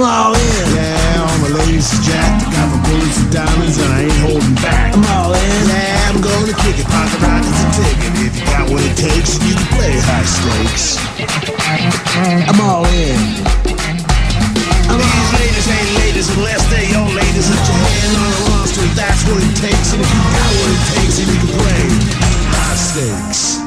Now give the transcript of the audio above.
all in. Yeah, all my ladies is jacked. Got my bullets and diamonds, and I ain't holding back. I'm all in. Yeah, I'm gonna kick it, pocket rockets and take it. If you got what it takes, you can play high stakes. I'm all in. These ladies ain't ladies unless they all ladies. Put your hand on a monster, that's what it takes. And if you got what it takes, then you can play high stakes.